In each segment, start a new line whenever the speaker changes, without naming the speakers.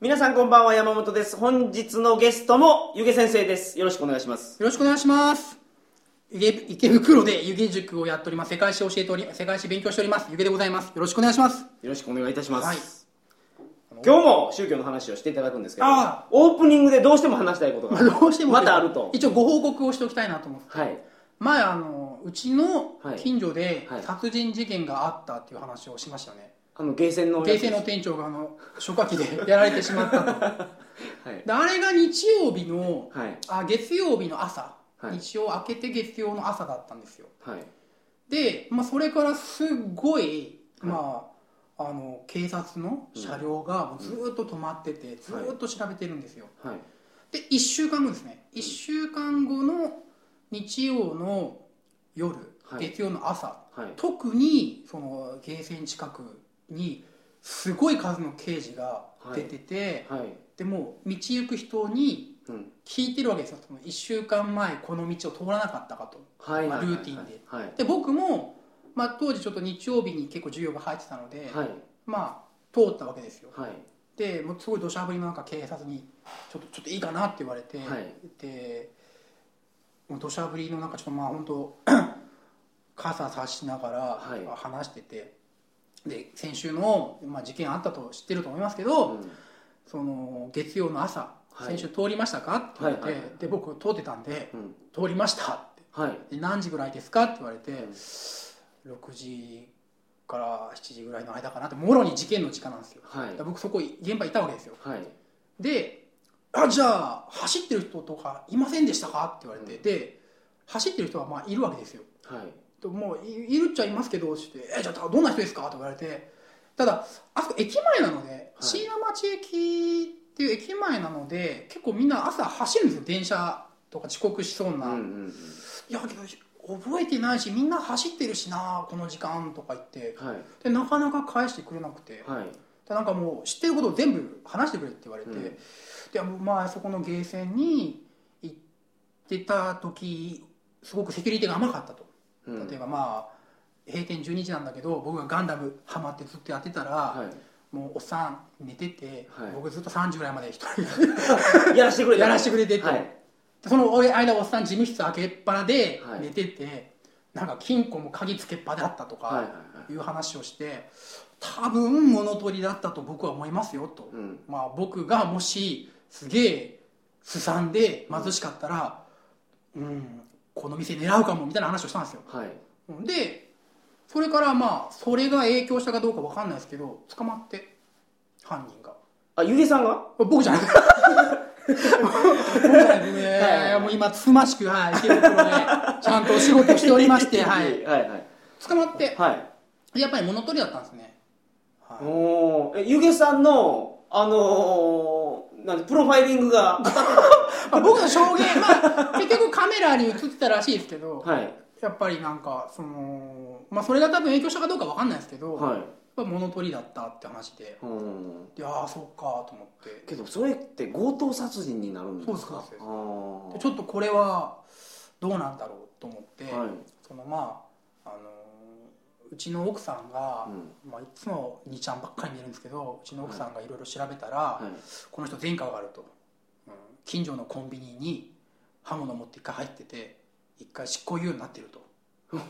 皆さんこんばんは、山本です。本日のゲストも、ゆげ先生です。よろしくお願いします。
よろしくお願いします。湯気池袋で湯気塾をやっております。世界史を教えており、世界史勉強しております。湯気でございます。よろしくお願いします。
よろしくお願いいたします。
はい
今日も宗教の話をしていただくんですけど
あ、
オープニングでどうしても話したいことが、
どうしても
またあると。
一応ご報告をしておきたいなと思って。
はい。
前あのうちの
はい
近所で
はい
殺人事件があったっていう話をしましたね。
あの、ゲーセンのやつ
平成の店長があの消火器でやられてしまった と。
はい。
であれが日曜日の
はい。
あ月曜日の朝、
はい
日曜明けて月曜の朝だったんですよ。
はい。
で、まあ、それからすっごい、
はい
まあ、あの警察の車両がもうずーっと止まってて、ずーっと調べてるんですよ
はい。
で1週間後ですね1週間後の日曜の夜、
はい
月曜の朝
はい。
特にそのゲーセン近くにすごい数の刑事が出てて、
はい。
でもう道行く人に
うん。
聞いてるわけですよその1週間前この道を通らなかったかと
はい。
まあ
はい
ルーティンで。
はい。
で僕も、まあ、当時ちょっと日曜日に結構授業が入ってたので、
はい。
まあ通ったわけですよ
はい。
でもうすごい土砂降りの中警察にちょっと「ちょっといいかな」って言われて、
はい
でもう土砂降りの中ちょっとまあ本当 傘差しなが
はい
ら話してて、で先週の、まあ、事件あったと知ってると思いますけど、
うん
その月曜の朝「
はい
先週通りましたか?」って言われて、
はいはいはい
で僕通ってたんで
うん。
「通りました」って
はい。
で何時ぐらいですか?」って言われて、
うん
6時から7時ぐらいの間かなってもろに事件の時間なんですよ
はい
だから。僕そこ現場いたわけですよ
はい。
で「あじゃあ走ってる人とかいませんでしたか?」って言われて、
う
で走ってる人はまあいるわけですよ
はい。
ともういいるっちゃいますけどって「えじゃあどんな人ですか?」と言われてただあそこ駅前なので
い
椎名、町駅っていう駅前なので結構みんな朝走るんですよ電車とか遅刻しそう
うん
な、
うん
いやけど覚えてないしみんな走ってるしなこの時間とか言って
うん。はい。
でなかなか返してくれなくて
はい。
でなんかもう知ってることを全部話してくれって言われて、
うん
でもうまあそこのゲーセンに行ってた時すごくセキュリティが甘かったと
うん
例えばまあ閉店12時なんだけど僕がガンダムハマってずっとやってたら、
は
もうおっさん寝てて、
はい
僕ずっと30ぐらいまで一人 で
い。やらしてくれて。
やらしてくれてて
はい。
でその間おっさん事務室開けっぱなで
はい
寝てて、なんか金庫も鍵つけっぱだったと
はい。はい
か。いう話をして、多分物取りだったと僕は思いますよと、
うん。
まあ僕がもしすげえすさんで貧しかったらうん、この店狙うかもみたいな話をしたんですよ
はい。
でそれからまあそれが影響したかどうかわかんないですけど捕まって犯人が
あ、ゆげさんが
僕じゃない
はい
僕じゃないですね、もう今つましくはい池袋でちゃんとお仕事しており ましてはい
はいはい。
捕まって
はい。
やっぱり物取りだったんですね、はい
おーえ、ゆげさんの、あのー、なんてプロファイリング が、
まあ、僕の証言まあ結局カメラに映ってたらしいですけど
はい。
やっぱりなんかそのまあそれが多分影響したかどうかわかんないですけど、やっ
は
ぱ物取りだったって話で
い。うん。
いやーそっかーと思って
けど、それって強盗殺人になるんですか
そうです
あ
そ
ー
でちょっとこれはどうなんだろうと思って、
はい。
そのまあ、あのーうちの奥さんが
う、ん。
まあ、いつも2ちゃんばっかり見るんですけどうちの奥さんがいろいろ調べたら、
はい。
この人前科があると、うん近所のコンビニに刃物持って1回入ってて1回執行猶予になってると、うん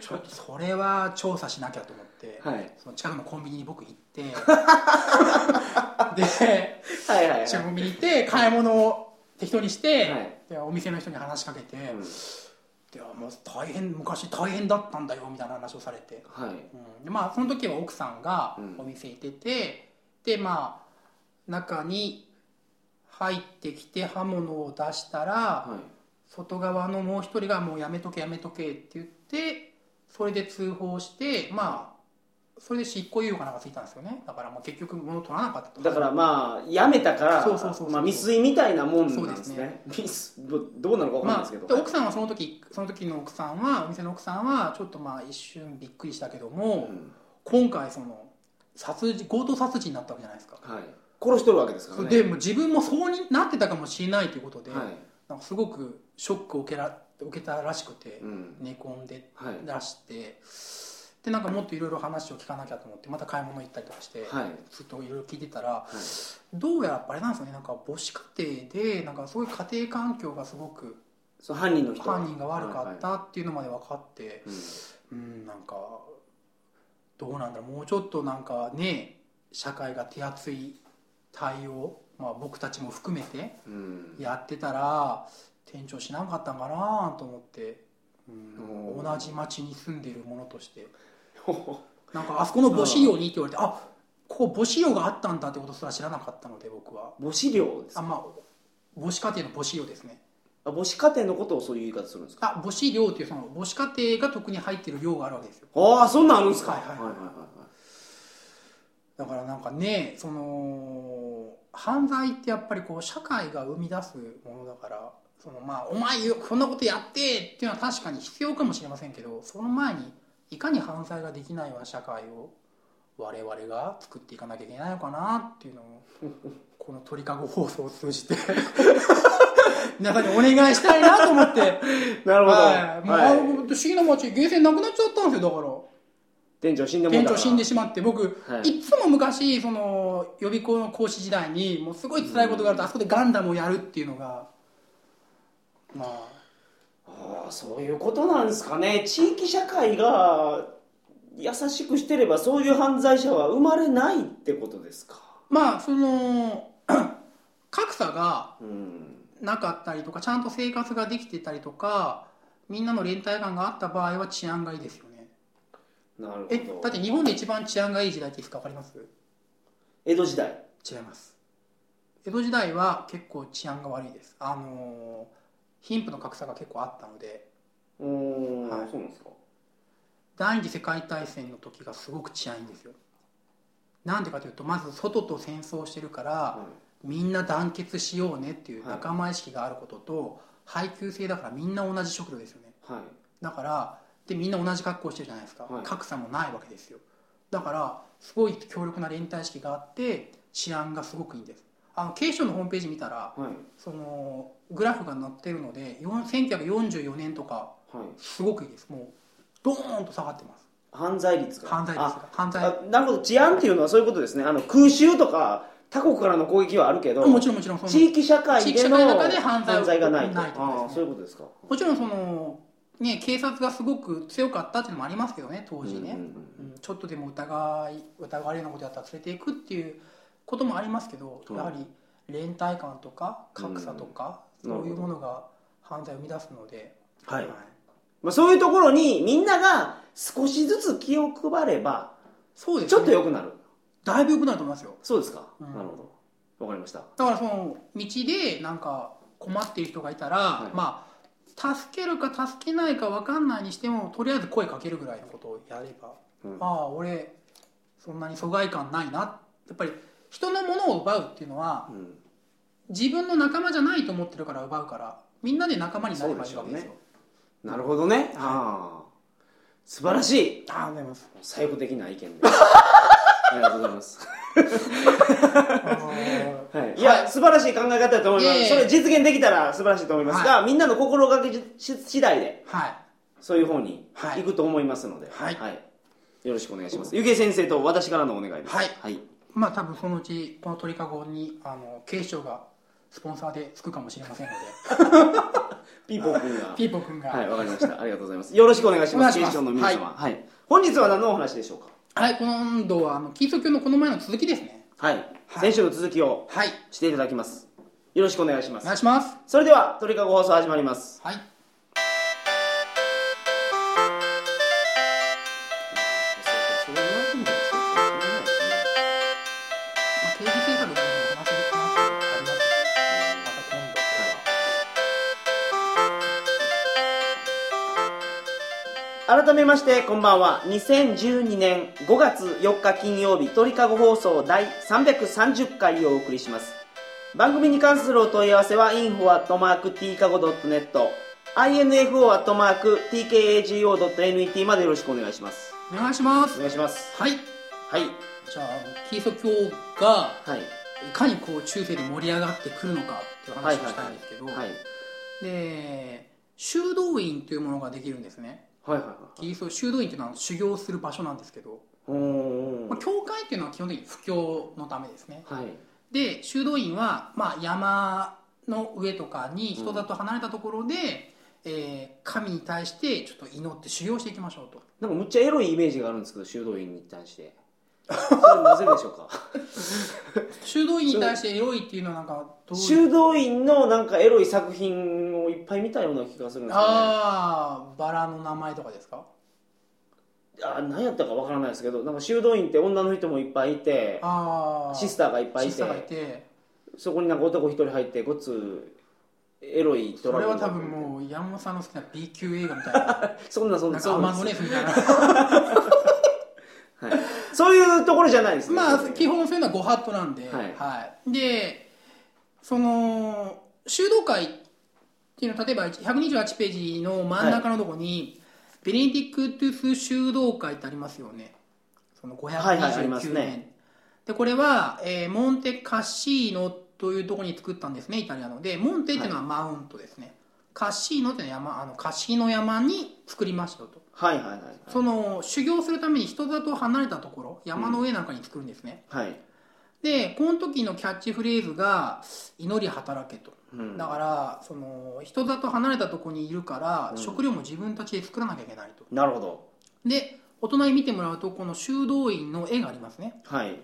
ちょっとそれは調査しなきゃと思って、
はい。
その近くのコンビニに僕行って で
はいはいはい。
コンビニ行って買い物を適当にして、
はい
でお店の人に話しかけて、
うん
でもう大変昔大変だったんだよみたいな話をされて、
はい。
うんでまあその時は奥さんが
うん
お店行ってて、でまあ中に入ってきて刃物を出したら、
はい。
外側のもう一人が「もうやめとけやめとけ」って言ってそれで通報してまあそれで執行猶予かなんかついたんですよねだからまあ結局物取らなかったと
だからまあ、やめたから、
そうそうそうそう
まあ、未遂みたいなもんなんです
そうです
ね。 未遂どどうなのかわかんない
ま
です
あ、
け
で
ど。
奥さんはその時その時の奥さんはお店の奥さんはちょっとまあ一瞬びっくりしたけども、
うん
今回その殺人強盗殺人になったわけじゃないですか、
はい。殺しとるわけですからね。
でもう自分もそうになってたかもしれないということで、
はい。
なんかすごくショックを受けら受けたらしくて
う、ん。
寝込んで
はい。
らしてでなんかもっといろいろ話を聞かなきゃと思ってまた買い物行ったりとかして、
はい
ずっといろいろ聞いてたら
はい
どうやらあれなんですよねなんか母子家庭でなんかそういう家庭環境がすごく
その犯人の人
犯人が悪かっ
は
たっていうのまで分かって
いはい
うんなんかどうなんだろうもうちょっとなんかね社会が手厚い対応、まあ、僕たちも含めて
うん
やってたら店長しなかったんかなと思って、うん
おー
同じ町に住んでいるものとして
ほほ
なんかあそこの母子寮にって言われてあここ母子寮があったんだってことすら知らなかったので僕は
母子寮です
あ
か
まあ母子家庭の母子寮ですね
あ母子家庭のことをそういう言い方するんですか
あ母子寮っていうその母子家庭が特に入ってる寮があるわけですよ
ああそんなんあるんですか
はいはいはい
はい
だからなんかねその犯罪ってやっぱりこう社会が生み出すものだからそのまあ「お前こんなことやって!」っていうのは確かに必要かもしれませんけどその前にいかに犯罪ができないような社会を我々が作っていかなきゃいけないのかなっていうのをこの鳥かご放送を通じて 皆さんにお願いしたいなと思って
なるほど、
はいもうあ
はい
の不思議な街ゲーセンなくなっちゃったんですよだから。
店長死んでもうた
店
から
長死んでしまって僕、
はい
い、つも昔その予備校の講師時代にもうすごい辛いことがあると、あそこでガンダムをやるっていうのがまあ
ああそういうことなんですかね地域社会が優しくしてればそういう犯罪者は生まれないってことですか
まあその 格差が
うん
なかったりとかちゃんと生活ができてたりとかみんなの連帯感があった場合は治安がいいですよね
なるほど
えだって日本で一番治安がいい時代っていつか分かります
江戸時代
違います江戸時代は結構治安が悪いですあの貧富の格差が結構あったので
うーん、
はい
そうなんですか
第二次世界大戦の時がすごく治安いいんですよなんでかというとまず外と戦争してるから
は
みんな団結しようねっていう
はい
仲間意識があることと配給制だからみんな同じ食料ですよね
い、はい、
だからでみんな同じ格好してるじゃないですか、
はい
格差もないわけですよだからすごい強力な連帯意識があって治安がすごくいいんですあの警視庁のホームページ見たら
はい
そのグラフが載ってるのでよん1944年とか
はい
すごくいいですもうドーンと下がってます
犯罪率が
犯罪ですか犯罪
ああなるほど治安っていうのはそういうことですねあの空襲とか他国からの攻撃はあるけど
もちろんもちろんその
地域社会
地域
で
社
の
会の中で犯罪を
犯罪がないと
ないってことですね
ああそういうことですか
もちろんその、ね、警察がすごく強かったっていうのもありますけどね当
う
時
んう
ね、
んうん
うんちょっとでも疑い疑われるようなことやったら連れていくっていうこともありますけど、
うん
やはり連帯感とか格差とか、
うん
そういうものが犯罪を生み出すので、
はいまあ、そういうところにみんなが少しずつ気を配れば
そうです、
ち
ね、
ょっと良くなる
だいぶ良くなると思いますよ
そうですか、
うん
なるほどわかりました
だからその道でなんか困っている人がいたら、
はい
まあ助けるか助けないか分かんないにしてもとりあえず声かけるぐらいのことをやれば、
うん
ああ俺そんなに疎外感ないなやっぱり人のものを奪うっていうのは
うん
自分の仲間じゃないと思ってるから奪うからみんなで仲間になればいいわけですよ、
なるほどね、ああ素晴らしい
ああございます
最後的な意見でありがとうございます、はい、いや、素晴らしい考え方だと思います、
いえいえ
それ実現できたら素晴らしいと思いますが、みんなの心がけし次第で
はい
そういう方に
はい
行くと思いますので、
はい
よろしくお願いしますゆけ先生と私からのお願いです
はい
はい、
まあ多分そのうちこの鳥かごにあの警視庁がスポンサーでつくかもしれませんので
ピーポー君が
ピーポ君が
はい、わかりました。ありがとうございます。よろしくお願いし
お
ま
願い
す。
し
警
ます
視庁の皆様、はい。本日は何のお話でしょうか
はい、今度はあのキリスト教のこの前の続きですね。
はい。先週の続きを
はい、
していただきます。よろしくお願いしま
お
す
願。いします。
それでは、鳥かご放送始まります。
はい、まあ、刑事政策の話話ありますまた今度
改めまして、こんばんは。2012年5月4日金曜日、鳥かご放送第330回をお送りします。番組に関するお問い合わせは info.tkago.net info.tkago.net までよろしくお願いします。
お願いしま
お
す。
願いします。
はい、
はい。
じゃあキリスト教が
はい。
いかにこう中世で盛り上がってくるのかっていう話をしたいんですけど、
はい。
で修道院というものができるんですね。
はいはいはい
キリスト修道院っていうのは修行する場所なんですけど、
おーお
まあ、
ー
教会っていうのは基本的に布教のためですね
はい
で修道院は、まあ、山の上とかに人だと離れたところで、えー神に対してちょっと祈って修行していきましょうと
なんかむっちゃエロいイメージがあるんですけど修道院に対してそれはなぜでしょうか
修道院に対してエロいっていうのはなんかどういう
修道院のなんかエロい作品をいっぱい見たような気がするんですよねあ
ああバラの名前とかですか
あ何やったかわからないですけどなんか修道院って女の人もいっぱいいて
ああ
シスターがいっぱいい
シス
て
ターがいて
そこになんか男一人入ってごっつエロい
そ
トラ
れ
ブ
は
ル
多分もう山本さんの好きな B 級映画みたいな
そんなそん
な
なん
か
そ
ア
う
マ
なん
ゾ
で
ネ
す
フみたいな
そういうところじゃないですね
まあ
全然
基本そういうのはご法度なんで、
は
はいいでその修道会っていうのは例えば128ページの真ん中のとこに、ベネディクトゥス修道会ってありますよねその529年、
はいはいありますね
でこれは、えーモンテカッシーノというところに作ったんですねイタリアのでモンテっていうのはマウントですね、カッシーノっていうのは山あのカッシーノ山に作りましたと
はいはいはいはい
その修行するために人里離れたところ山の上なんかに作るんですね、
はい、
でこの時のキャッチフレーズが「祈り働け」と
うん、
だからその人里離れたとこにいるから、
うん
食料も自分たちで作らなきゃいけないと
なるほど
で大人に見てもらうとこの修道院の絵がありますね
はい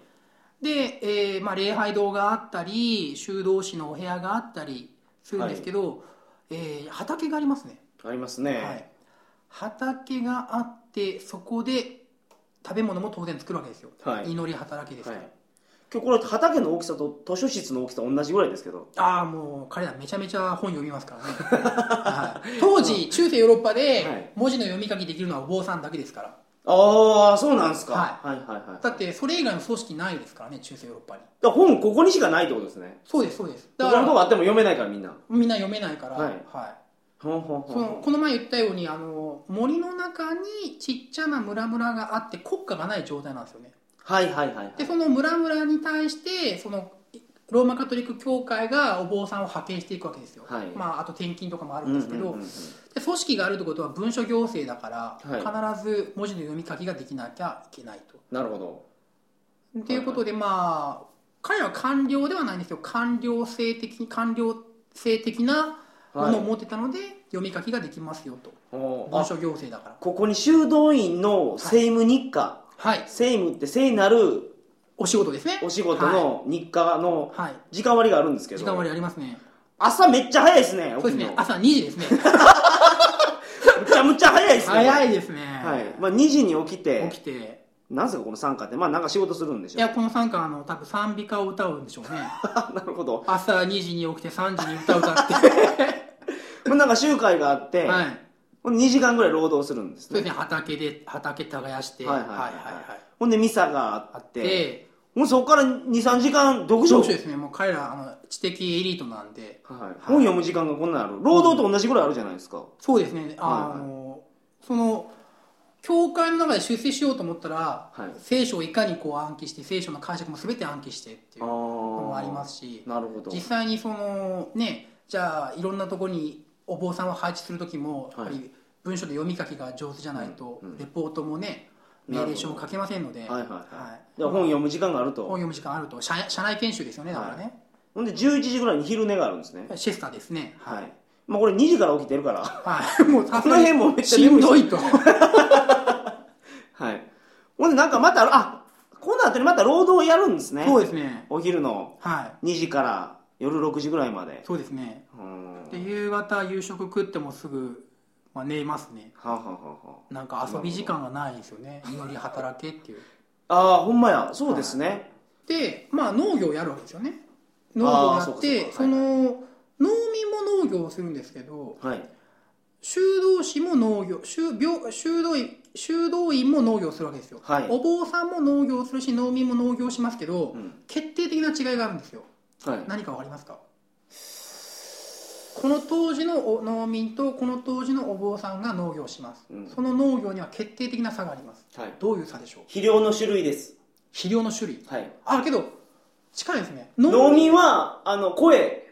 で、えーまあ、礼拝堂があったり修道士のお部屋があったりするんですけど、えー畑がありますね、
ありますね、
はい、畑があってそこで食べ物も当然作るわけですよ、
はい
祈り働きですから、
はい今日これ畑の大きさと図書室の大きさ同じぐらいですけど
ああもう彼らめちゃめちゃ本読みま すからね、はい、当時中世ヨーロッパ
はい
で文字の読み書きできるのはお坊さんだけですから
ああそうなんですか、
は
はい、はいはい
だってそれ以外の組織ないですからね中世ヨーロッパに
だから本ここにしかないってことですね
そうですそうですだか
他のとこ
ら
あっても読めないからみんな
みんな読めないから、
は
はいい
ほんほん
そ
ほんほ
の
ん
この前言ったようにあの森の中にちっちゃな村々があって国家がない状態なんですよね
はいはいはいはい
でその村々に対してそのローマカトリック教会がお坊さんを派遣していくわけですよ、
はい
まあ、あと転勤とかもある
うんんう
で
ん
すけ
う
ど、
んうん
で組織があるってことは文書行政だから、
は
必ず文字の読み書きができなきゃいけないと。
なるほど
と、い、うことでまあ彼らは官僚ではないんですけど官僚性的に官僚性的なも
はい
のを持ってたので、読み書きができますよと
おー
文
あ
書行政だから
ここに修道院の聖務日課、
はい
聖務って聖なる
お仕事ですね
お仕事の日課の
はい、はい
時間割があるんですけど
時間割ありますね
朝めっちゃ早いですね
そうで
起
す
き
ね
るの
朝2 時ですね
むちゃむちゃ早いですね
早いですね、
はいまあ、2時に起きて
起きて
なんすかこの参加ってまあなんか仕事するんでし
い
ょ
やこの参加あの多分賛美歌を歌うんでしょうね
なるほど
朝2時に起きて3時に歌 歌って
まあなんか集会があって、
はい
ほんで2時間ぐらい労働するんです
そう
ね
ですね畑で畑耕して
はいはいはい
はい
ほんでミサがあ
あ
っ
ってて
もうそこから23時間読書
読書ですねもう彼らあの知的エリートなんで
はい、本読む時間がこんなんある労働と同じぐらいあるじゃないですか、
そうですねあ
はいはい
の、その教会の中で出世しようと思ったら、
はい
聖書をいかにこう暗記して聖書の解釈も全て暗記してっていう
あ
のも
あ
ありますし
なるほど
実際にそのねじゃあいろんなところにお坊さんを配置する時もやっ
は
ぱり文書で読み書きが上手じゃないと、
うんうん
レポートもね
なる
命
ほど
令書も書けませんので、
はいはいはい、で
まあ
本読む時間がある
本
と
読む時間あると社社内研修ですよねだからね、
ほんで11時ぐらいに昼寝があるんですね
シェスタですね
はい、
はい、
まあ、これ2時から起きてるから
はい、 もうさすが
この辺もめっ
に
ちゃ
し
眠
ん
い
どいと
はいほんでなんかまたあるあこの後にまた労働やるんですね
そうですね
お昼の
は
2時から夜6時ぐらいまで
いそうですね
うーん
で夕方夕食食ってもすぐ、まあ、寝ますね
はあ、はあはあは
なんか遊び時間がないですよね祈り働けっていう
あ、あーほんまやそうですね、
でまあ農業をやるわけですよね農業をや
そう
っ
かそう
て
か
その農民も農業をするんですけど
はい
修道士も農業修病修道院修道院も農業するわけですよ、
はい
お坊さんも農業するし農民も農業しますけど、
うん
決定的な違いがあるんですよ
はい
何かわかりますかこの当時のお農民とこの当時のお坊さんが農業します、
うん
その農業には決定的な差があります
はい
どういう差でしょう
肥料の種類です
肥料の種類
はい
あけど近いですね
農民はあの声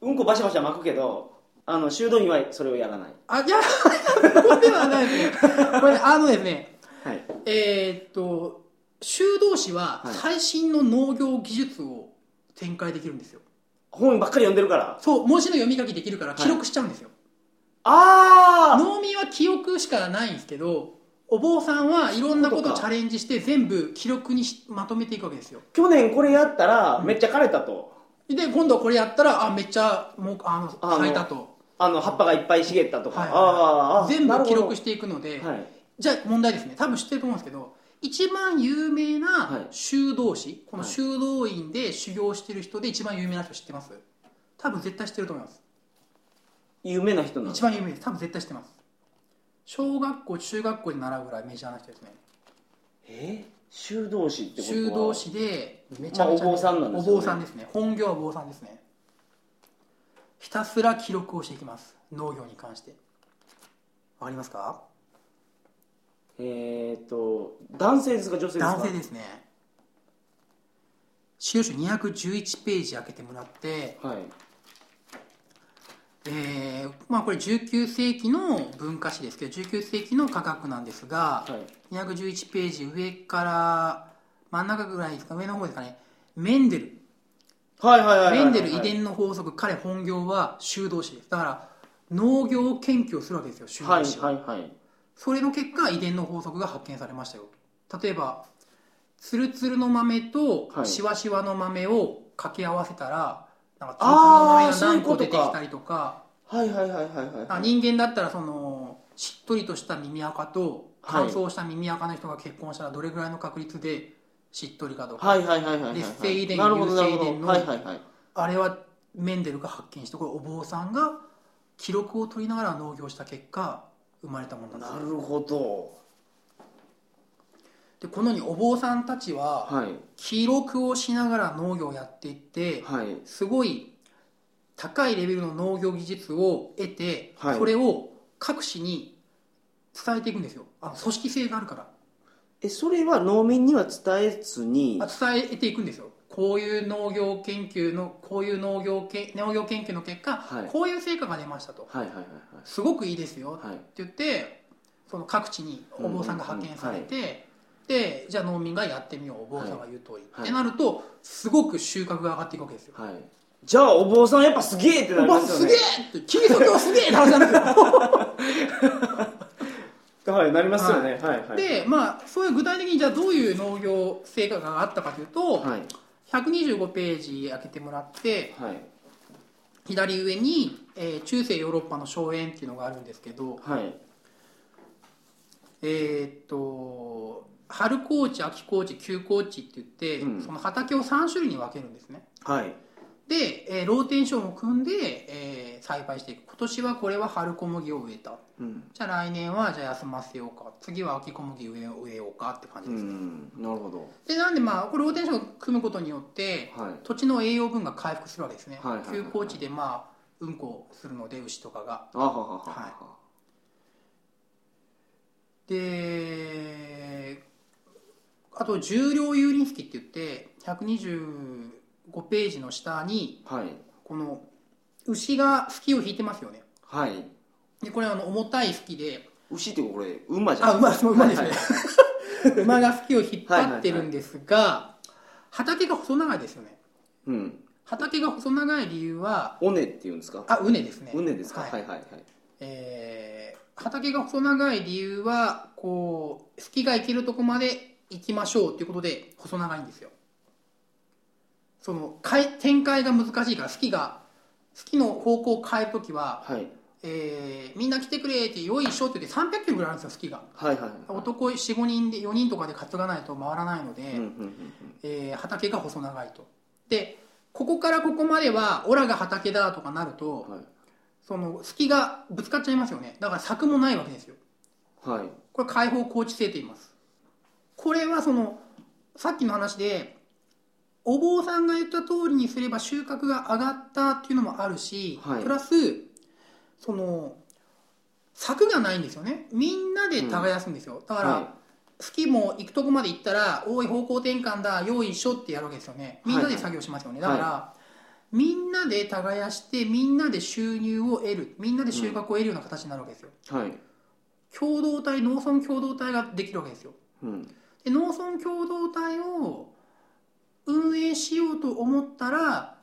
うんこバシャバシャ巻くけどあの修道院はそれをやらない
あ、いや、 これではないですね。これね、あのですね、
はい
えーっと、修道士は
はい
最新の農業技術を展開できるんですよ。
本ばっかり読んでるから
そう、文字の読み書きできるから
い
記録しちゃうんですよ。
あ
農民は記憶しかないんですけど、お坊さんはいろんなこ
そういうこと
と
か
をチャレンジして全部記録にしまとめていくわけですよ。
あ去年これやったらめっちゃ枯れたと、
で、今度これやったら、あ、めっちゃ、もう、あ
あ
の、咲いたと。
あの葉っぱがいっぱい茂ったとか、
はい
あーあー
全部記録
し
していくので、
はい
じゃあ問題ですね多分知ってると思うんですけど一番有名
はい
な修道士、この
はい
修道院で修行してる人で一番有名な人知ってます多分絶対知ってると思います
有名な人なん
一番有名です多分絶対知ってます小学校中学校で習うぐらいメジャーな人ですね
え修道士ってことは
修道士でめちゃめちゃ、
まあお坊さんなんですよね
お坊さんですね本業はお坊さんですねひたすら記録をしていきます農業に関してわかりますか
えっ、と男性ですか女性ですか
男性ですね資料集211ページ開けてもらって、
はい
えーまあ、これ19世紀の文化史ですけど19世紀の科学なんですが、
はい
211ページ上から真ん中ぐらいですか上の方ですかねメンデル
はいはいはいはいはい
メンデル遺伝の法則彼本業は修道士ですだから農業を研究をするわけですよ修
はい
道士は
はいはい
それの結果遺伝の法則が発見されましたよ例えばツルツルの豆と
はい
シワシワの豆を掛け合わせたら、なんかツルツルの
あー
豆が何
そ
個
うい
出
うこ
て
とか
きたりとか
はいはいはいはい
あ
はい
人間だったらそのしっとりとした耳垢と
はい
乾燥した耳垢の人が結婚したらどれぐらいの確率でしっとりかとか、
はいはいはいはいはい
劣勢遺伝
なるほどなるほ
優勢
ど
遺伝の
はいはいはい
あれはメンデルが発見してこれお坊さんが記録を取りながら農業した結果生まれたものなんです
な
よ
るほど
でこのようにお坊さんたちは、
はい
記録をしながら農業をやっていって、
はい
すごい高いレベルの農業技術を得て、
はい
それを各市に伝えていくんですよあの組織性があるから
えそれは農民には伝えずに
あ伝えていくんですよこういう農業研究のこういう農業け農業研究の結果、
はい
こういう成果が出ましたと
はいはいはい
すごくいいですよ
はいはい
って言ってその各地にお坊さんが派遣されて、でじゃあ農民がやってみようお坊さんが言う通り、
はい
ってなるとすごく収穫が上がっていくわけですよ
はいじゃあお坊さんやっぱすげえってな
お
り
ば
ま
ん
すよ
す
ね
げえってキリスト教すげえって話な んですよ
はいなりますよねはいはい
でまあそういう具体的にじゃあどういう農業成果があったかというと、
はい
125ページ開けてもらって
はい
左上に、えー中世ヨーロッパの荘園っていうのがあるんですけど
はい
えーっと春高地秋高地旧高地って言って、
うん
その畑を3種類に分けるんですね
はい
で、えーローテーションを組んで、えー栽培していく今年はこれは春小麦を植えた
うん
じゃあ来年はじゃあ休ませようか次は秋小麦植え植えようかって感じ
う
です、
んなるほど
でなんでまあこれローテーションを組むことによって
はい
土地の栄養分が回復するわけですね、
はいはいはいはい
休耕地でまあうんこするので牛とかが
あはははは
はであと重量有林式って言って125ページの下に
はい
この牛がスキを引いてますよね
はい
でこれはあの重たいスキで
牛ってこれ馬じゃ
あ、
ない
馬、そう馬です
は
ね
い。
馬が好きを引っ張ってるんですが、畑が細長いですよね。
うん
畑が細長い理由は、
尾根っていうんですか
あ、うねですね。
尾根ですか
は
はいいはいはい
えー畑が細長い理由は、こう、隙が行けるとこまで行きましょうということで、細長いんですよ。その、かい展開が難しいから、隙が、隙の方向を変えるときは、
はい
えーみんな来てくれって、よいしょって言って300キロぐらいあるんですよ、隙が。
はいはいはい
男45人で4人とかで担がないと回らないので、
うんうんうん
えー畑が細長いとでここからここまではオラが畑だとかなると、
うんはい
その隙がぶつかっちゃいますよねだから柵もないわけですよ
はい
これ開放構築性と言いますこれはそのさっきの話でお坊さんが言った通りにすれば収穫が上がったっていうのもあるし、
はい
プラスその柵がないんですよねみんなで耕すんですよ、だから、
は
スキーも行くとこまで行ったら「おい方向転換だ用意しょ」ってやるわけですよねみんなで作業しますよね、
はい
だから、みんなで耕してみんなで収入を得るみんなで収穫を得るような形になるわけですよ、
はい
共同体農村共同体ができるわけですよ
うん
で農村共同体を運営しようと思ったら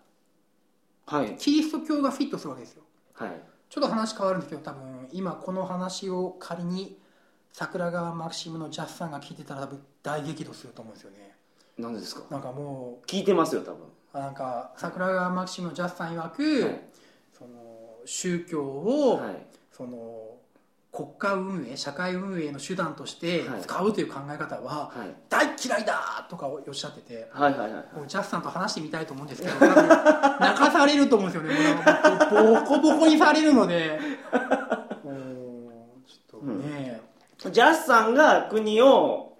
はい
キリスト教がフィットするわけですよ
はい
ちょっと話変わるんですけど多分今この話を仮に桜川マキシムのジャスさんが聞いてたら多分大激怒すると思うんですよね
何ですか
なんかも
聞いてますよ多分
うなんか桜川マキシムのジャスさん曰く、
はい
その宗教を、
はい
その国家運営社会運営の手段として
はい
使うという考え方は
はい
大嫌いだとかおっしゃってて
はいはいはい
もうジャスさんと話してみたいと思うんですけど多分泣かされると思うんですよねもうなんかボコボコにされるのでもうちょっとね、
ジャスさんが国を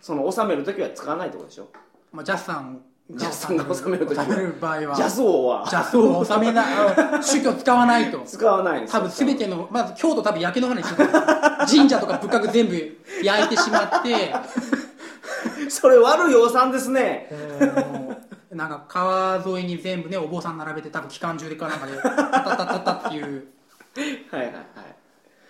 その治める時は使わないってことでしょ
まあ、ジャスさん
ジャスさんが収める時は
収める場合は
ジャス王は
ジャスを収めない宗教使わないと
使わないんです
多
よ
分全 てのまず京都多分焼け野原 にしてた神社とか仏閣全部焼いてし まって
それ悪い養蚕ですね
なんか川沿いに全部ねお坊さん並べて多分機関銃でかなんかでタタタタタっ ていう
はいはいはい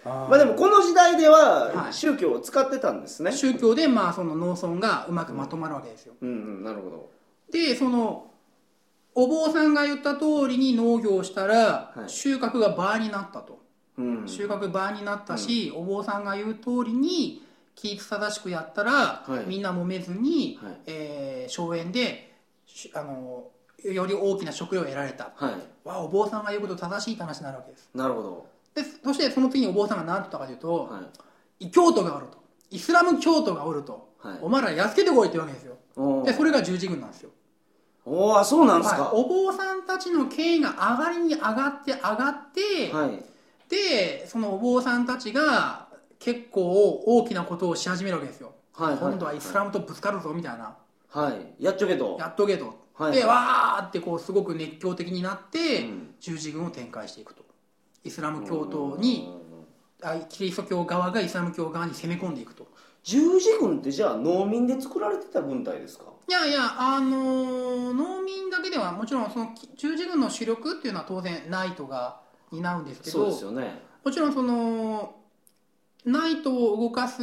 ま
ま
あでもこの時代では
はい
宗教を使ってたんですね、
宗教でまあその農村がうまくまとまるわけですよ、
うんうんなるほど
でそのお坊さんが言った通りに農業をしたら
はい
収穫が倍になったと、
うん
収穫倍になったし、お坊さんが言う通りに規律正しくやったら、
はい
みんな揉めずに、
はい
えー荘園でしあのより大きな食料を得られた
は
わあお坊さんが言うこと正しいって話になるわけです
いなるほど
でそしてその次にお坊さんが何と言ったかというと、
はい
異教徒がおるとイスラム教徒がおると、
はい
お前らやっつけてこいって言うわけですよ
お
で
ー
それが十字軍なんですよ
おーあそうなんです
はい
か
お坊さんたちの権威が上がりに上がって上がって、
はい
でそのお坊さんたちが結構大きなことをし始めるわけですよ、
はい
今度はイスラムとぶつかるぞみたいな、
はいやっちょけど
やっとけと、
はい
でわーってこうすごく熱狂的になって、
うん
十字軍を展開していくとイスラム教徒にあキリスト教側がイスラム教側に攻め込んでいくと
十字軍ってじゃあ農民で作られてた軍隊ですか
いやいやあのー農民だけではもちろんそのき十字軍の主力っていうのは当然ナイトが担うんですけ
そう
ど
ですよね
もちろんそのナイトを動かす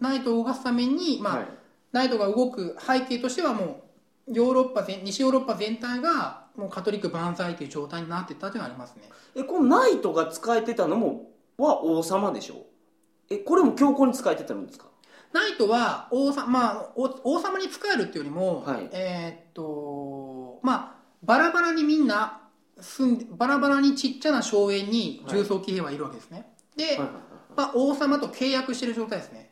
ナイトを動かすために、まあ
はい
ナイトが動く背景としてはもうヨーロッパ全西ヨーロッパ全体がもうカトリック万歳という状態になってったというのはありますね
えこのナイトが使えてたのもは王様でしょえこれも強硬に使えてたんですか
ナイトは王様,、まあ、お王様に仕えるっていうよりも、
はい
えーっとまあバラバラにみんな住んでバラバラにちっちゃな荘園に重装騎兵はいるわけですね、で、
はいはい
まあ、王様と契約してる状態ですね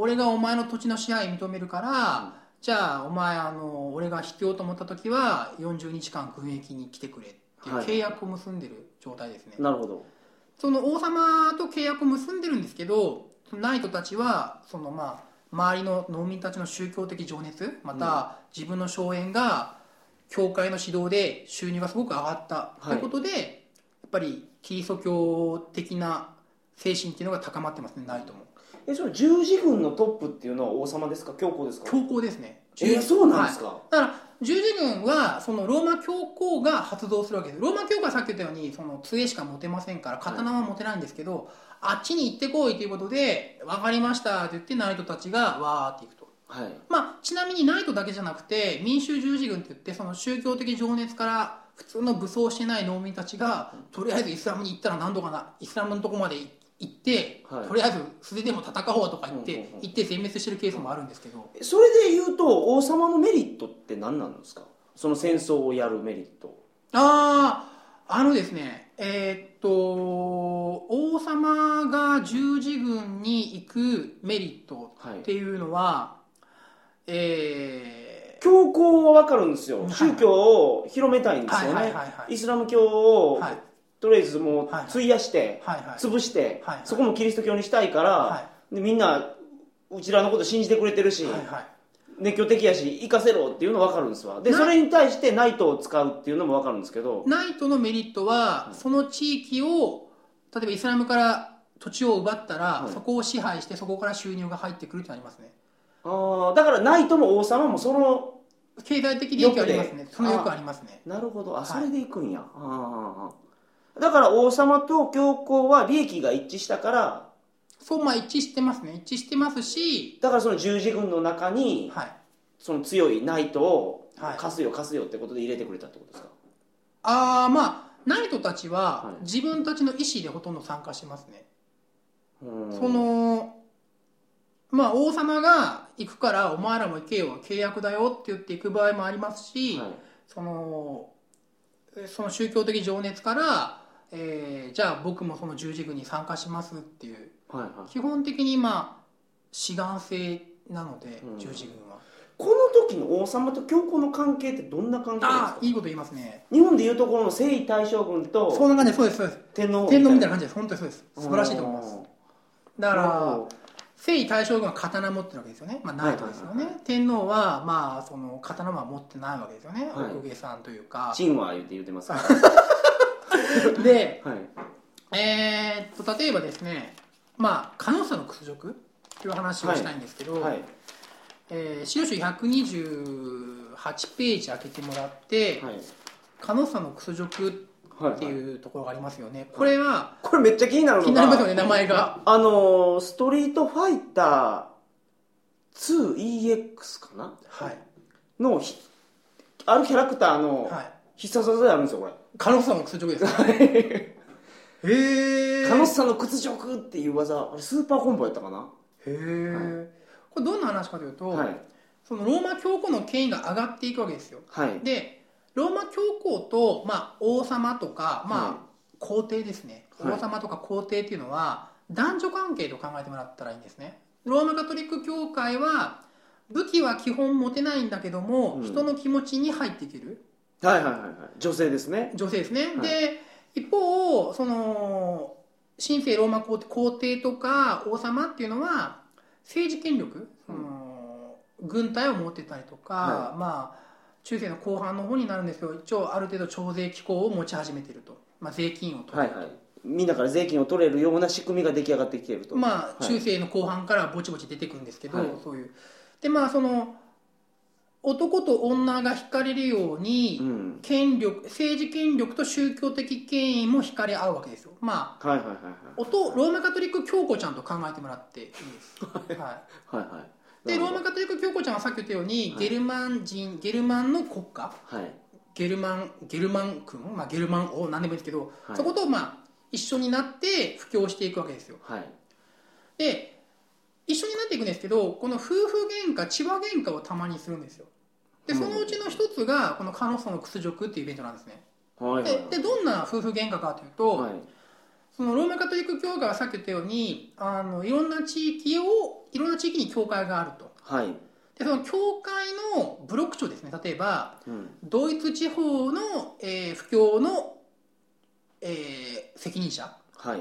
俺がお前の土地の支配認めるから、じゃあお前あの俺が必要と思った時は40日間軍役に来てくれっていう
はい
契約を結んでる状態ですね、
なるほど
その王様と契約を結んでるんですけどナイトたちはそのまあ周りの農民たちの宗教的情熱また自分の荘園が教会の指導で収入がすごく上がった
はい
ということで、やっぱりキリスト教的な精神っていうのが高まってますねナイトも
えその十字軍のトップっていうのは王様ですか教皇ですか
教皇ですね
えーそうなんですか、
だから十字軍はそのローマ教皇が発動するわけですローマ教皇はさっき言ったようにその杖しか持てませんから刀は持てないんですけど、あっちに行ってこいということで分かりましたって言ってナイトたちがわーっていくと、
はい、
まあ、ちなみにナイトだけじゃなくて民衆十字軍って言ってその宗教的情熱から普通の武装してない農民たちがとりあえずイスラムに行ったら何度かなイスラムのとこまで行って、
はい
とりあえず素手でも戦おうとか言って、
うんうんうん
行って全滅してるケースもあるんですけど、
えそれで言うと王様のメリットって何なんですかその戦争をやるメリット
あああのですねえーっと王様が十字軍に行くメリット
はい
っていうのは、え
教皇は分かるんですよ、
はい
宗教を広めたいんですよね、
はいはいはいはい
イスラム教を、
ーはい
とりあえずもう
はいはい
費やして、
はいはい
潰して、
はいはい
そこもキリスト教にしたいから、
は
でみんなうちらのこと信じてくれてるし、
はいはい
熱狂的やし行かせろっていうの分かるんですわで
な
それに対してナイトを使うっていうのも分かるんですけど
ナイトのメリットはその地域を例えばイスラムから土地を奪ったら、
はい
そこを支配してそこから収入が入ってくるってなりますね
あーだからナイトも王様もその
経済的利益ありますね
欲で
それよくありますね
なるほどあ
い
それでいくんや、あああだから王様と教皇は利益が一致したから
そうまあ一致してますね一致してますし
だからその十字軍の中に
はい
その強いナイトを
はい
貸すよ貸すよってことで入れてくれたってことですか、
ああまあナイトたちは
はい
自分たちの意思でほとんど参加してますね、
うん
そのまあ王様が行くからお前らも行けよ契約だよって言って行く場合もありますし、
はい
そのえその宗教的情熱から、えーじゃあ僕もその十字軍に参加しますっていう
はいはい、
基本的にまあ志願制なので、
うん
十字軍は
この時の王様と教皇の関係ってどんな関係なん
ああ
ですか
いいこと言いますね
日本でいうところの征夷大将軍
そ
と
んな感じですそうですそうです
天皇
天皇みたいな感じです本当にそうです素晴らしいと思います
うん
だか
なる
ら
ほど
征夷大将軍は刀持ってるわけですよね、まあ、ナイトですよ
はいは
ね、天皇はまあその刀は持ってないわけですよね、
はい
お公家さんというか
チンは言って言ってますから
で
はい
えーっと例えばですねまあ可能性の屈辱という話をしたいんですけど、
はい
えー資料集128ページ開けてもらって
はい
「可能性の屈辱」
はい
っていうところがありますよねこれは
これめっちゃ気になるのが
気になりますよね名前が
あのーストリートファイター 2EX かな
はい
のひあるキャラクターの
はい
必殺技であるんですよこれ
可能性の屈辱ですへ
「
え
カノスさんの屈辱」っていう技あれスーパーコンボやったかな
へえ、これどんな話かというと、
はい
そのローマ教皇の権威が上がっていくわけですよ
はい
でローマ教皇と、まあ、王様とか、
はい
まあ、皇帝ですね、
はい
王様とか皇帝っていうのは男女関係と考えてもらったらいいんですねローマカトリック教会は武器は基本持てないんだけども、
うん
人の気持ちに入っていける
はいはいはいはい女性ですね
女性ですね、
い
で一方その神聖ローマ皇帝皇帝とか王様っていうのは政治権力、
うん
その軍隊を持ってたりとか、
は
まあ中世の後半の方になるんですけど一応ある程度徴税機構を持ち始めてると、まあ、税金を取る、
はいはいみんなから税金を取れるような仕組みが出来上がってきていると
まあ、
はい
中世の後半からぼちぼち出てくるんですけど、
はい
そういうでまあその男と女が惹かれるように、
うん
権力政治権力と宗教的権威も惹かれ合うわけですよまあ
はいはいはいはい
音ローマカトリック教皇ちゃんと考えてもらっていいです、は
はいはい
い、でローマ
なる
カトリック教皇ちゃんはさっき言ったように、
はい
ゲルマン人ゲルマンの国家
ほどはい
ゲルマンゲルマン君、まあ、ゲルマン王何でもいいですけど、
はい
そことまあ一緒になって布教していくわけですよ
はい
で一緒になっていくんですけどこの夫婦喧嘩千葉喧嘩をたまにするんですよでそのうちの一つがこのカノソの屈辱っていうイベントなんですね
はいはい
ででどんな夫婦喧嘩かというと、
はい
そのローマカトリック教会はさっき言ったようにあのいろんな地域をいろんな地域に教会があると
はい
でその教会のブロック長ですね例えば
うん
ドイツ地方の、えー布教の、えー責任者
はい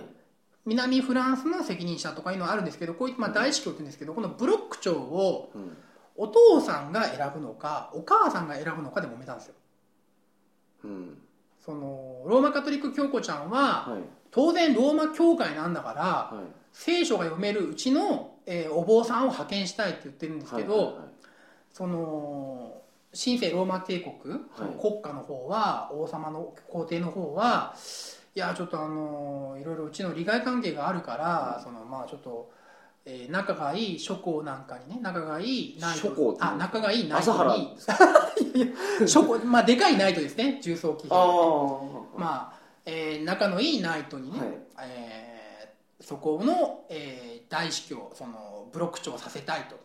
南フランスの責任者とかいうのはあるんですけどこういった、まあ、大司教って言うんですけどこのブロック長を
うん
お父さんが選ぶのかお母さんが選ぶのかで揉めたんですよ
うん
そのローマカトリック教皇ちゃんは
はい
当然ローマ教会なんだから、
はい
聖書が読めるうちの、えーお坊さんを派遣したいって言ってるんですけど、
はいはいはい
その神聖ローマ帝国、その国家の方は王様の皇帝の方はいやちょっとあのーいろいろうちの利害関係があるから、
うん
そのまあちょっと、えー仲がいい諸侯なんかにね仲がいいナイ
諸侯っ
ト
て
あ仲がいいナイ
朝
ト
原
に 諸侯まあでかいナイトですね重装機
ああ
まあ、えー仲のいいナイトにね、
はい
えーそこの、えー大司教そのブロック長をさせたいと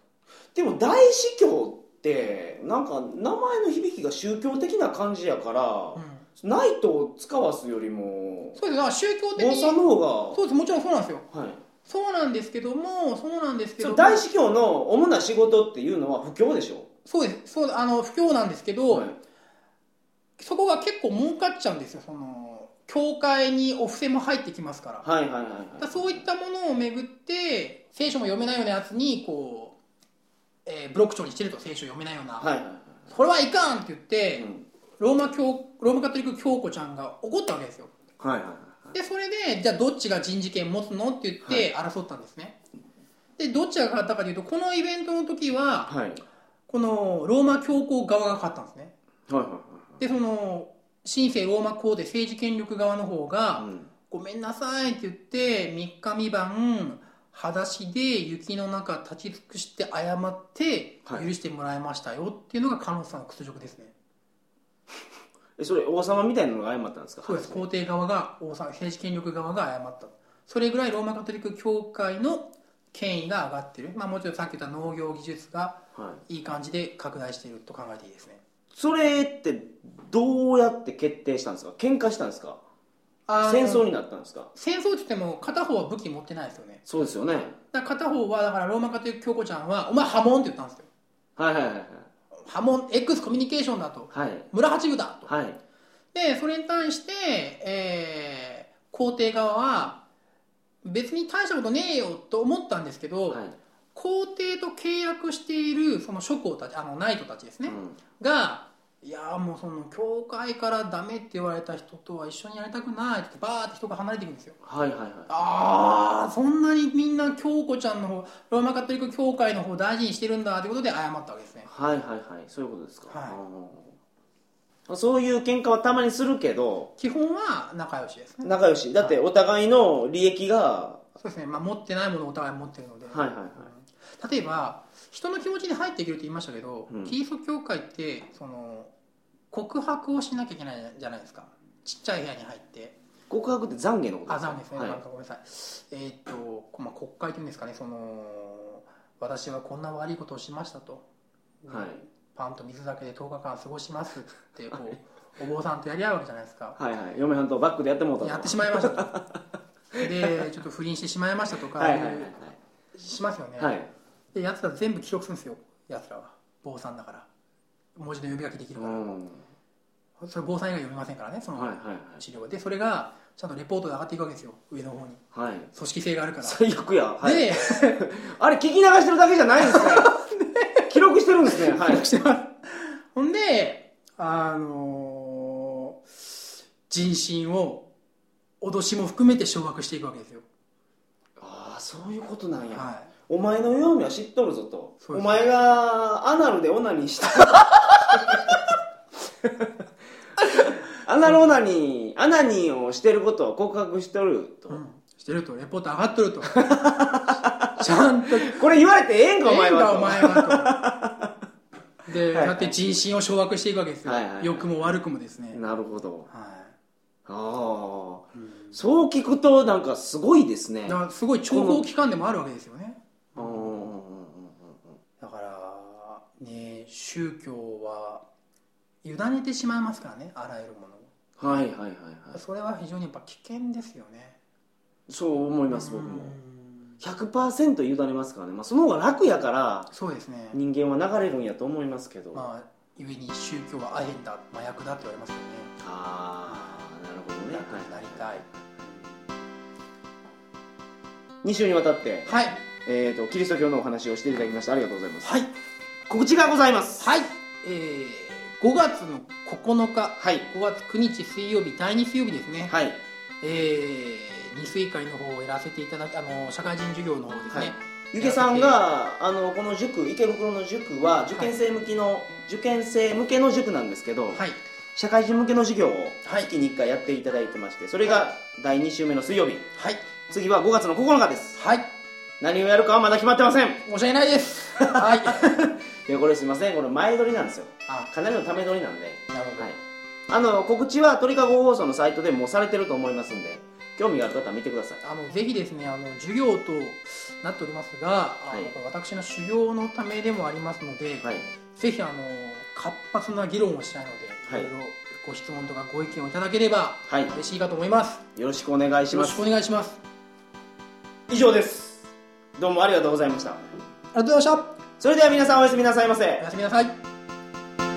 でも大司教ってなんか名前の響きが宗教的な感じやから、ナイトを使わすよりも
そうですだから宗教的
坊
に
さん
そ
の方
うですもちろんそうなんですよ
が、はい、
そうなんですけどもそうなんですけ
そ
ど
の
も
大司教の主な仕事っていうのは布教でしょ
そうですそうあの不況なんですけど、
はい
そこが結構儲かっちゃうんですよその教会にお布施も入ってきますから,、
はいはいはい
だか
は
らそういったものをめぐって聖書も読めないようなやつにこう、えーブロック長にしてると聖書読めないような、
いはいはいは
これはいかんって言って、
いうん
ローマ教ローマカトリック教皇ちゃんが怒ったわけですよ
はいはいは
でそれでじゃあどっちが人事権持つのって言って争ったんですね、でどっちが勝ったかというとこのイベントの時はい
はい
このローマ教皇側が勝ったんですね
はいは
でその新生ローマ皇帝政治権力側の方
いはい
が
う
「
ん
ごめんなさい」って言って3日三晩裸足で雪の中立ち尽くして謝って
はい
許してもらいましたよっていうのがカノさんの屈辱ですね、
えそれ王様みたいなのが謝ったんですか
そうです皇帝側が王様政治権力側が謝ったそれぐらいローマカトリック教会の権威が上がってるまあもちろんさっき言った農業技術が
はい
いい感じで拡大していると考えていいですね
それってどうやって決定したんですか喧嘩したんですか
あの
戦争になったんですか
戦争って言っても片方は武器持ってないですよね
そうですよね
だから片方はだからローマカトリック教皇ちゃんは「お前波紋」って言ったんですよ
はいはいはいはい
波紋 X コミュニケーションだと
はい
村八部だと
はい
でそれに対して、えー皇帝側は別に大したことねえよと思ったんですけど、
はい
皇帝と契約しているその諸侯たちあのナイトたちです
う
ね、
ん
がいやーもうその教会からダメって言われた人とは一緒にやりたくないって言ってバーって人が離れていくんですよ
はいはいは
ああそんなにみんな京子ちゃんの方ローマカトリック教会の方を大事にしてるんだということで謝ったわけです
い
ね
はいはいはいそういうことですか、
はい
あーそういう喧嘩はたまにするけど
基本は仲良しですね
仲良しだってお互いの利益が
そうですね、まあ、持ってないものをお互い持ってるので、
はいはいはい
例えば人の気持ちに入っていけるって言いましたけど、
うん
キリスト教会ってその告白をしなきゃいけないじゃないですかちっちゃい部屋に入って
告白って懺悔のこと
あ
ですか
残念ですね、
はい
なんかごめんなさいえーっと、こまあ、国会というんですかねその私はこんな悪いことをしましたと、
はい
パンと水だけで10日間過ごしますってこうお坊さんとやり合うわけじゃないですか
はいはい嫁はんとバックでやってもうたと
やってしまいましたとでちょっと不倫してしまいましたとか、
はいはいはい
しますよね、
はいはい
でやつら全部記録するんですよやつらは坊さんだから文字の読み書きできる
う
から、
ん
それ坊さん以外読みませんからねそ
はい
の
はい
資料はでそれがちゃんとレポートで上がっていくわけですよ上の方に
はいはい
組織性があるから
最悪やはい
で、
あれ聞き流してるだけじゃないんですね。記録してるんですね。はい。
してますほんであのー人心を脅しも含めて掌握していくわけですよ、
ああ、そういうことなんや。
は
お前の弱みは知っとるぞと。
そ
お
うです
前がアナルでオナニー した。アナルオナニー、アナニーをしてることを告白しとると。
い、うん、してるとレポート上がっとると ちゃんと
これ言われてええんか、お前
変だお
は
前はと で、
はい
だって人心を掌握していくわけですよ、
はいはいはい
良くも悪くもですね
と。、なるほど。
は
ああ。
いうん
そう聞くと、なんかすごいですね。
だからすごい諜報機関でもあるわけですよね
うんうんうんうん
だからね宗教は委ねてしまいますからねあらゆるものを
うんはいはいはいはい。
それは非常にやっぱ危険ですよね
そう思います、僕
う
も。
ん
100%委ねますからね、まあ、その方が楽やから
そうですね
人間は流れるんやと思いますけど、あ
まあ故に宗教はアヘンだ麻薬だって言われますよね
あーなるほどね
楽になりたい
2週にわたって、
はい
えー、とキリスト教のお話をしていただきましてありがとうございます
はい
告知がございます
はい、えー、5月の9日
はい
5月9日水曜日第2水曜日ですね、
はい
えー、二水会の方をやらせていただきあの社会人授業の方ですね、
はいゆけさんがあのこの塾池袋の塾は受験生向きの、受験生向けの塾なんですけど、
はい、
社会人向けの授業を
はい
月に1回やっていただいてましてそれが第2週目の水曜日
はい、
次は5月の9日です
はい、
何をやるかはまだ決まってません
申し訳ない です。はい、
いやこれすいませんこれ前撮りなんですよ
あ、
かなりのため撮りなんで、
なるほど、
はい、あの告知は鳥かご放送のサイトでもうされてると思いますんで興味がある方は見てください
あのぜひですね、あの授業となっておりますが、あの、
はい
これ私の修行のためでもありますので、
はい
ぜひあの活発な議論をしたいので、
はい
い、ろいろご質問とかご意見をいただければ
はい
嬉しいかと思います。
よろしくお願いし
よ
ま
ろし
す
くお願いします。
以上ですどうもありがとうございました
ありがとうございまし
それでは皆さんおやすみなさいませ
た。おやすみなさい。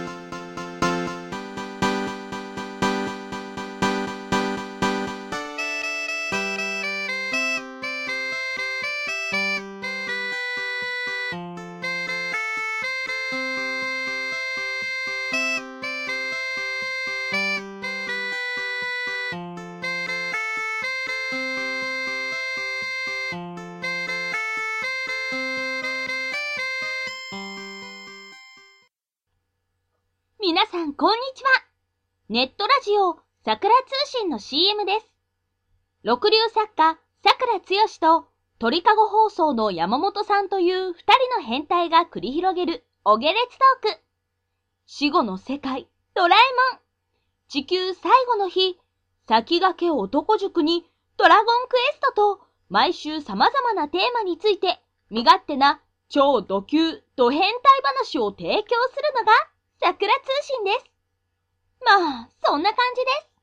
皆さん、こんにちは。ネットラジオ、桜通信の CM です。六流作家、桜つよしと、鳥かご放送の山本さんという二人の変態が繰り広げる、お下列トーク。死後の世界、ドラえもん。地球最後の日、先駆け男塾に、ドラゴンクエストと、毎週様々なテーマについて、身勝手な、超ド級、ド変態話を提供するのが、桜通信です。まあ、そんな感じです。